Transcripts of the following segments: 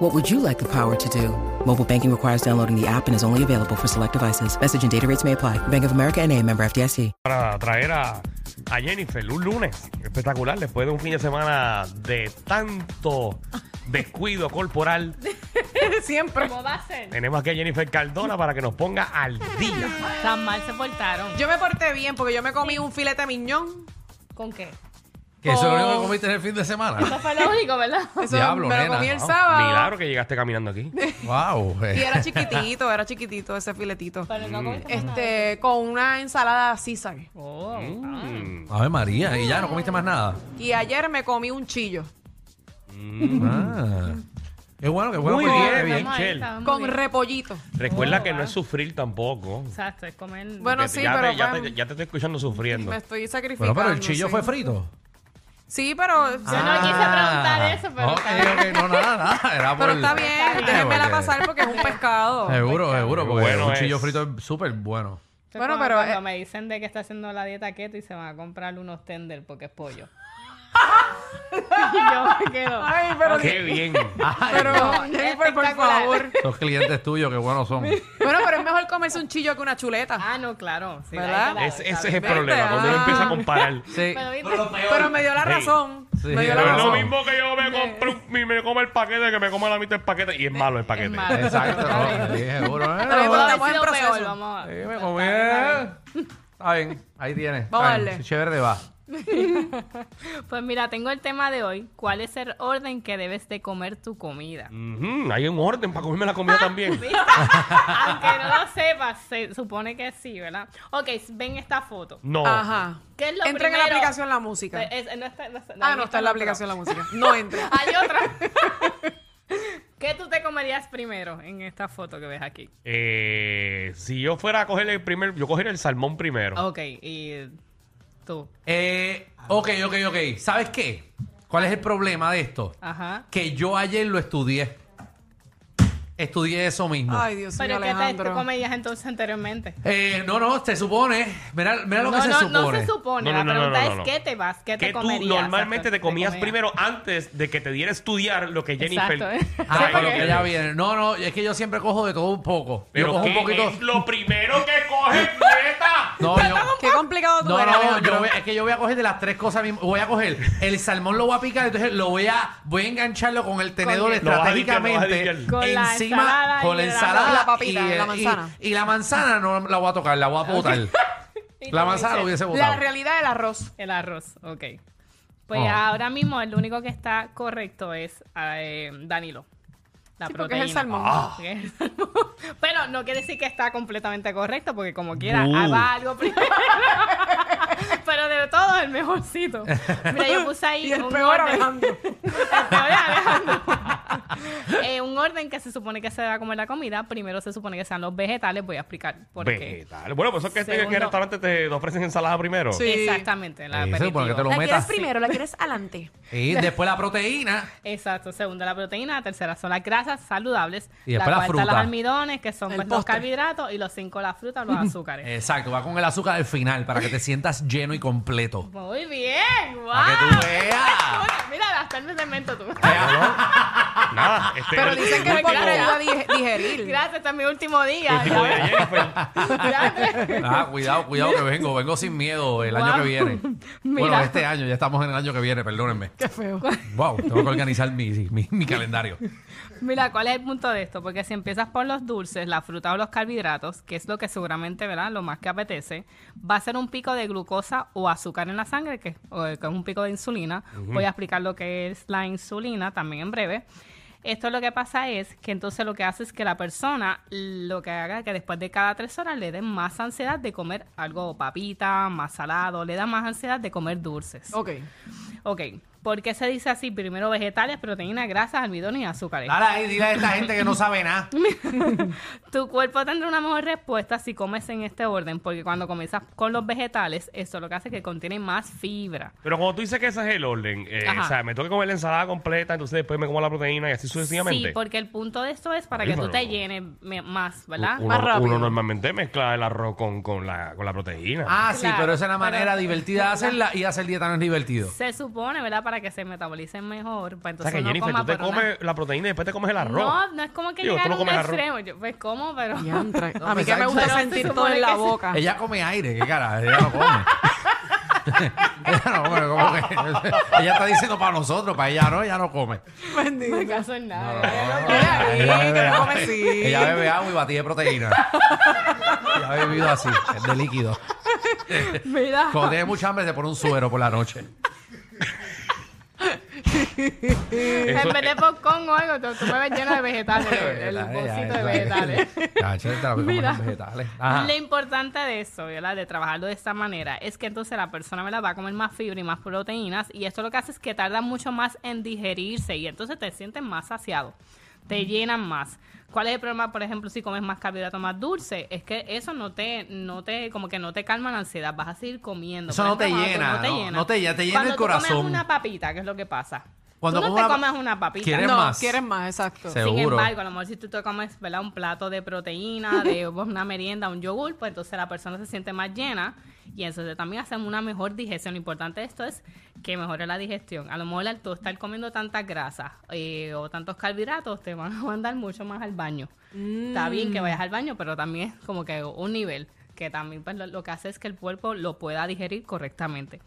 What would you like the power to do? Mobile banking requires downloading the app and is only available for select devices. Message and data rates may apply. Bank of America and a member FDIC. para traer a, a Jennifer un lunes espectacular después de un fin de semana de tanto descuido corporal. Siempre. ¿Cómo va a ser? Tenemos aquí a Jennifer Cardona para que nos ponga al día. Tan mal se portaron. Yo me porté bien porque yo me comí un filete miñón. ¿Con qué? Que eso es lo único Oh. que comiste en el fin de Eso semana. fue lo único, ¿verdad? Eso Diablo, me lo nena, comí el no, sábado. Milagro que llegaste caminando aquí. wow. eh. Y era chiquitito, era chiquitito ese filetito. Pero no comiste más nada. Este, con una ensalada César. Oh, Mm, Ave María, y ya no comiste más nada. Y ayer me comí un chillo. mm. Mm-hmm. Ah. Qué bueno, qué bueno. Muy que bien, viene bien. estamos ahí, Chel. estamos Con bien. repollito. Recuerda Oh, que no wow. es sufrir tampoco. Exacto, es comer. Bueno, Que sí, ya, pero te, ya, pues- te, ya te estoy escuchando sufriendo. Me estoy sacrificando. Bueno, pero el chillo sí. fue frito. Ah. Sí, pero. Yo no quise preguntar eso, pero Ok, está ok, no, nada, nada. Era por Pero el- está bien, déjenmela pasar porque es un pescado. Seguro, seguro, porque Bueno un es. chillo frito es súper bueno. Esto es Bueno, como pero, Cuando eh, me dicen de que está haciendo la dieta keto y se van a comprar unos tender porque es pollo. y yo me quedo. Ay, pero. Ah, Qué bien. Ay, Pero, no, Jennifer, por espectacular. favor. Esos clientes tuyos, qué buenos son. Bueno, pero es mejor comerse un chillo que una chuleta. Ah, no, claro. sí, ¿Verdad? ahí te la doy, Ese, ese está es bien. el problema, cuando uno Ah. empieza a comparar. Sí. Pero, ¿viste? Pero me dio la Hey. razón. Sí, me dio es No la es lo razón. mismo que yo me compro un- y me como el paquete que me como la mitad del paquete. Y es malo el paquete. malo. Exacto, no, sí, seguro. eh. Pero Pudo haber estamos en sido peor, proceso. vamos a Sí, ver. me comí. eh. Está bien, ahí tienes. Vamos a Está bien, darle. Chévere va. Pues mira, tengo el tema de hoy. ¿Cuál es el orden que debes de comer tu comida? Ujú, hay un orden para comerme la comida Ah. también. ¿Viste? Aunque no lo sepas, se supone que sí, ¿verdad? Ok, ven esta foto. No. Ajá. ¿Qué es lo Entra en la primero? Eh, aplicación la música. Es- es- no está- no está- ah, no, está en la pero- aplicación la música. No entra. Hay otra. ¿Qué tú te comerías primero en esta foto que ves aquí? Eh, si yo fuera a coger el primer, yo cogería el salmón primero. Ok, y tú. Eh, ok, ok, ok. ¿Sabes qué? ¿Cuál es el problema de esto? Ajá. Que yo ayer lo estudié. Estudié eso mismo. Ay, Dios mío, Pero ¿qué te, tú Alejandro. comerías entonces anteriormente? Eh, no, no, se supone. Mira, mira lo no, que se no, supone. no se supone. No, no, la no, no, pregunta no, no. es ¿qué te vas? ¿Qué te que tú comerías? normalmente Exacto, te comías comías. primero antes de que te diera a estudiar lo que Jennifer. Exacto, ¿eh? Ah, trae. con lo que ya viene. No, no, es que yo siempre cojo de todo un poco. Pero yo cojo un ¿qué poquito. es lo primero que coges, nieta? No, yo. Qué complicado tú No, eres, no, Alejandro. yo voy- es que yo voy a coger de las tres cosas mismo. Voy a coger el salmón, lo voy a picar, entonces lo voy a, voy a engancharlo con el tenedor el- Lo vas a limpiar, estratégicamente lo vas a limpiar. Con la encima ensalada con la y la- ensalada y la papita, el- la manzana. Y, y la manzana no la voy a tocar, la voy a botar. Y la tú manzana dices, la hubiese La botado. realidad del arroz. El arroz, ok. Pues Oh. ahora mismo el único que está correcto es eh, Danilo. La Sí, porque proteína. es el salmón. Porque es el salmón. Pero no quiere decir que está completamente correcto, porque como quiera, Bu. ah, va algo primero. Pero de todo, el mejorcito. Mira, yo puse ahí. Y el un peor, orden- Alejandro. el peor es Alejandro. Eh, un orden que se supone que se da a comer la comida. Primero se supone que sean los vegetales. Voy a explicar por qué. Vegetales. Bueno, pues eso es que en Segundo. el restaurante te ofrecen ensalada primero. Sí. Exactamente. la Sí, se supone que te lo La quieres metas. primero, la quieres adelante. Y después la proteína. Exacto, segunda la proteína, la tercera son las grasas saludables, Y la después la cuarta fruta. los almidones, que son El pues, los postre. carbohidratos, y los cinco las frutas, los azúcares. Exacto, va con el azúcar al final para que te sientas lleno y completo. Muy bien, wow. Para que tú veas. Mira, hasta el cemento tú. Nada. Este Pero el dicen que es último- porque te ayuda a dig- digerir. Gracias, este es mi último día. último de ya ves. Jennifer. Gracias. Ah, cuidado, cuidado que vengo, vengo sin miedo el año Wow. que viene. Mira. Bueno, este año, ya estamos en el año que viene, perdónenme. Qué feo. Wow, tengo que organizar mi, mi- mi calendario. Mira, ¿cuál es el punto de esto? Porque si empiezas por los dulces, la fruta o los carbohidratos, que es lo que seguramente, ¿verdad? Lo más que apetece, va a ser un pico de glucosa o azúcar en la sangre, que, o, que es un pico de insulina. Voy a explicar lo que es la insulina también en breve. Esto lo que pasa es que entonces lo que hace es que la persona lo que haga es que después de cada tres horas le dé más ansiedad de comer algo papita, más salado, le da más ansiedad de comer dulces. Ok. Ok, ¿Por qué se dice así? Primero vegetales, proteínas, grasas, almidones y azúcares. Dale ahí, dile a esta gente que no sabe nada. Tu cuerpo tendrá una mejor respuesta si comes en este orden, porque cuando comienzas con los vegetales, eso lo que hace es que contiene más fibra. Pero como tú dices que ese es el orden, eh, Ajá. o sea, me tengo que comer la ensalada completa, entonces después me como la proteína y así sucesivamente. Sí, porque el punto de esto es para Ay, que tú pero- te llenes me- más, ¿verdad? uno, Más rápido. uno normalmente mezcla el arroz con, con la, con la proteína. Ah, sí, Claro, pero esa es la manera pero- divertida de hacerla y hacer dieta no es divertido. Se supone, ¿verdad? Para que se metabolicen mejor. Para o sea entonces que no Jennifer, coma tú te por una- comes la proteína y después te comes el arroz. No, no es como que Digo, tú llegar no a un comes arroz. extremo. Yo, pues como, pero... Diantre. No, a mí pues, que me ahí- gusta pero se sentir supone todo en la que sí. boca. Ella come aire, qué cara, ella no come. ella no come, como que- ella está diciendo para nosotros, para ella no, ella no come. No me caso en nada. No, Mira ahí, que no agua. come, sí. Ella bebe agua y batida de proteína. ella ha bebido así, es de líquido. Mira. Cuando tiene mucha hambre se pone un suero por la noche. Eso- en vez de popcorn o algo, tú, tú me ves lleno de vegetales, el bolsito de vegetales. Mira. Mira. vegetales. Ajá. Lo importante de eso, ¿verdad? De trabajarlo de esta manera, es que entonces la persona ¿verdad? va a comer más fibra y más proteínas, y esto lo que hace es que tarda mucho más en digerirse, y entonces te sientes más saciado, te llenan más. ¿Cuál es el problema, por ejemplo, si comes más carbohidrato más dulce? Es que eso no te, no te, como que no te calma la ansiedad, vas a seguir comiendo. Eso Por no te cuando tú- llena, no- no te llena, te llena Cuando el tú comes corazón. una papita, ¿qué es lo que pasa? Cuando tú no como te una- comes una papita. ¿Quieres no, más? quieres más, exacto. Se- Sin Seguro. embargo, a lo mejor si tú te comes ¿verdad? un plato de proteína, de una merienda, un yogur, pues entonces la persona se siente más llena y entonces también hacen una mejor digestión. Lo importante de esto es que mejore la digestión. A lo mejor al tú estar comiendo tantas grasas eh, o tantos carbohidratos te van a mandar mucho más al baño. Está bien que vayas al baño, pero también es como que un nivel que también pues, lo, lo que hace es que el cuerpo lo pueda digerir correctamente.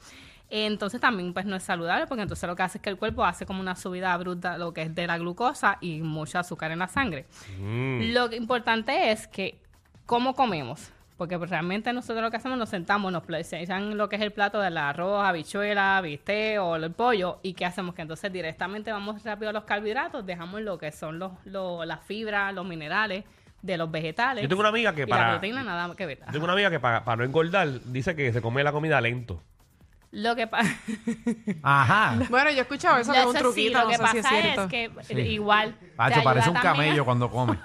Entonces también pues no es saludable porque entonces lo que hace es que el cuerpo hace como una subida bruta lo que es de la glucosa y mucho azúcar en la sangre. mm. Hmm. Lo que importante es que cómo comemos, porque pues, realmente nosotros lo que hacemos nos sentamos, nos presentan lo que es el plato del arroz, habichuela, bistec o el pollo y qué hacemos que entonces directamente vamos rápido a los carbohidratos, dejamos lo que son los, los- las fibras, los minerales de los vegetales. Yo tengo una amiga que y para- la proteína nada que ver. Yo Tengo una amiga que para, para no engordar dice que se come la comida lento. Lo que pasa Ajá. Bueno, yo he escuchado eso que es un Eso sí, truquito, lo que no sé si es pasa es, cierto. que eh, igual. te Pacho, ayuda parece un también a- camello cuando come.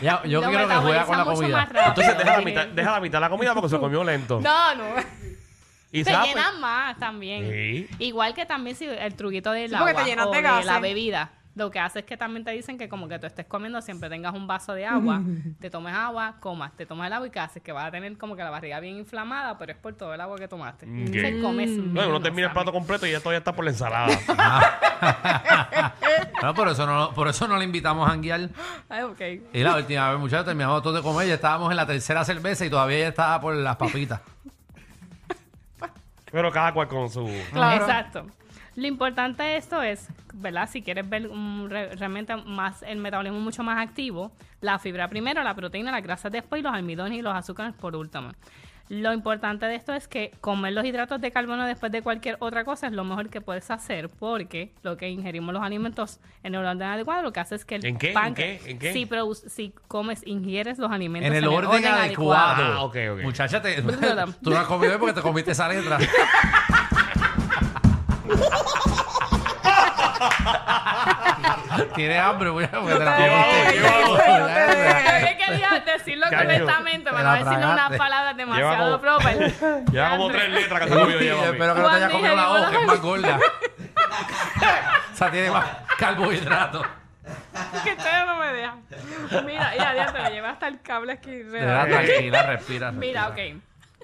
Ya, yo Lo creo que juega con metaboliza la mucho comida. más rápido. Entonces deja la Sí. mitad, deja la mitad de la comida porque se comió lento. Ah, No, no. y te sabe- llenas más también. pues. Sí. Igual que también si el truquito del Sí, agua porque te llenas o de de, gases. la bebida. Lo que hace es que también te dicen que como que tú estés comiendo, siempre tengas un vaso de agua, te tomes agua, comas, te tomas el agua y qué haces, que vas a tener como que la barriga bien inflamada, pero es por todo el agua que tomaste. Mm, Entonces ok. comes No, uno menos termina el plato también. completo y ya todavía está por la ensalada. No, por eso no, por eso no le invitamos a janguear. Ay, Ah, ok. Y la última vez, muchachos, terminamos todos de comer. Ya estábamos en la tercera cerveza y todavía ella estaba por las papitas. Pero cada cual con su. Claro. Exacto. Lo importante de esto es, ¿verdad? Si quieres ver mm, re- realmente más el metabolismo mucho más activo, la fibra primero, la proteína, las grasas después y los almidones y los azúcares por último. Lo importante de esto es que comer los hidratos de carbono después de cualquier otra cosa es lo mejor que puedes hacer porque lo que ingerimos los alimentos en el orden adecuado lo que hace es que el ¿En qué? ¿En páncreas- qué? ¿En qué? Si, produ- si comes, ingieres los alimentos En el orden adecuado. adecuado. Ah, ok, ok. Muchacha, te- tú no has comido hoy porque te comiste esa letra. Tienes hambre, güey, porque te la comiste. Llevado, llevado. Yo quería decirlo Cacho, correctamente, te pero la no decirle unas tragaste. palabras demasiado Lleva propias. Lleva como tres letras que se comió Sí, ya, papi. Espero que no te haya Juan comido la Miguel, hoja, que es hola. más gorda. o sea, tiene más carbohidratos. Que ustedes no me dejan. Mira, ya, ya te lo lleva hasta el cable aquí. Mira, redondito. tranquila, respira. Mira, ok.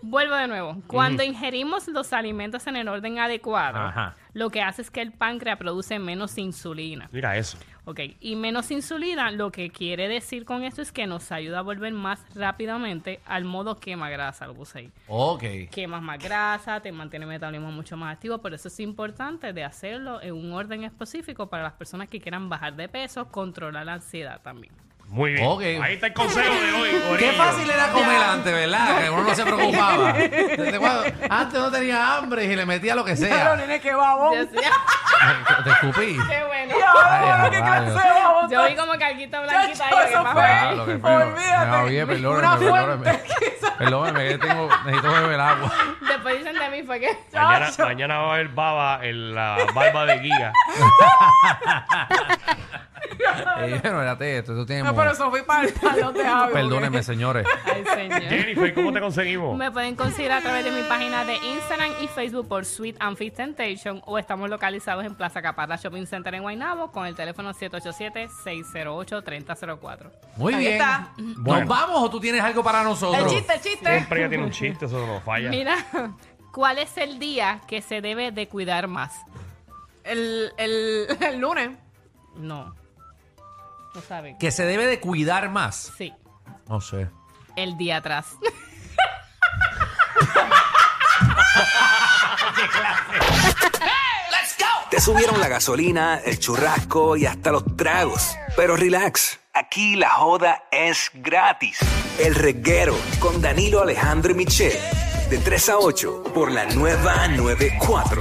Vuelvo de nuevo. Mm. Cuando ingerimos los alimentos en el orden adecuado, Ajá. lo que hace es que el páncreas produce menos insulina. Mira eso. Ok, y menos insulina, lo que quiere decir con esto es que nos ayuda a volver más rápidamente al modo quema grasa, lo puse ahí. Ok. quemas más grasa, te mantiene el metabolismo mucho más activo, por eso es importante de hacerlo en un orden específico para las personas que quieran bajar de peso, controlar la ansiedad también. Muy bien. Ok. Ahí está el consejo de hoy. Qué corillo. fácil era comer antes, ¿verdad? Que uno no se preocupaba. Desde cuando- Antes no tenía hambre y le metía lo que Pero, sea. nene, qué babón. Te- Te escupí. Qué bueno. Ay, Ya, qué rayos. clase de babón. Yo vi como carguita blanquita Chacho, ahí, lo que eso más- fue. Ah, lo que fue. Olvídate. Ah, oye, perdóname, Una perdóname. fuente que esa- Perdóname, que tengo, necesito beber agua. Después dicen de mí fue que... Mañana, mañana va a haber baba en la barba de guía. Y Eh, bueno, espérate, esto, esto tiene No, mo- pero eso fui para el palo de agua. Perdónenme, señores. Ay, señor. Jennifer, ¿cómo te conseguimos? Me pueden conseguir a través de mi página de Instagram y Facebook por Sweet and Fit Temptation o estamos localizados en Plaza Caparra Shopping Center en Guaynabo con el teléfono 787-608-3004. Muy Ahí bien. está. Bueno. ¿Nos vamos o tú tienes algo para El nosotros? chiste, el chiste. Siempre ella tiene un chiste, eso no falla. Mira, ¿cuál es el día que se debe de cuidar más? El, el, el lunes. No. No saben. Que se debe de cuidar más. Sí, No sé. el día atrás. Te subieron la gasolina, el churrasco y hasta los tragos. Pero relax, aquí la joda es gratis. El reguero con Danilo Alejandro y Michel. De 3 a 8 por la nueva 94.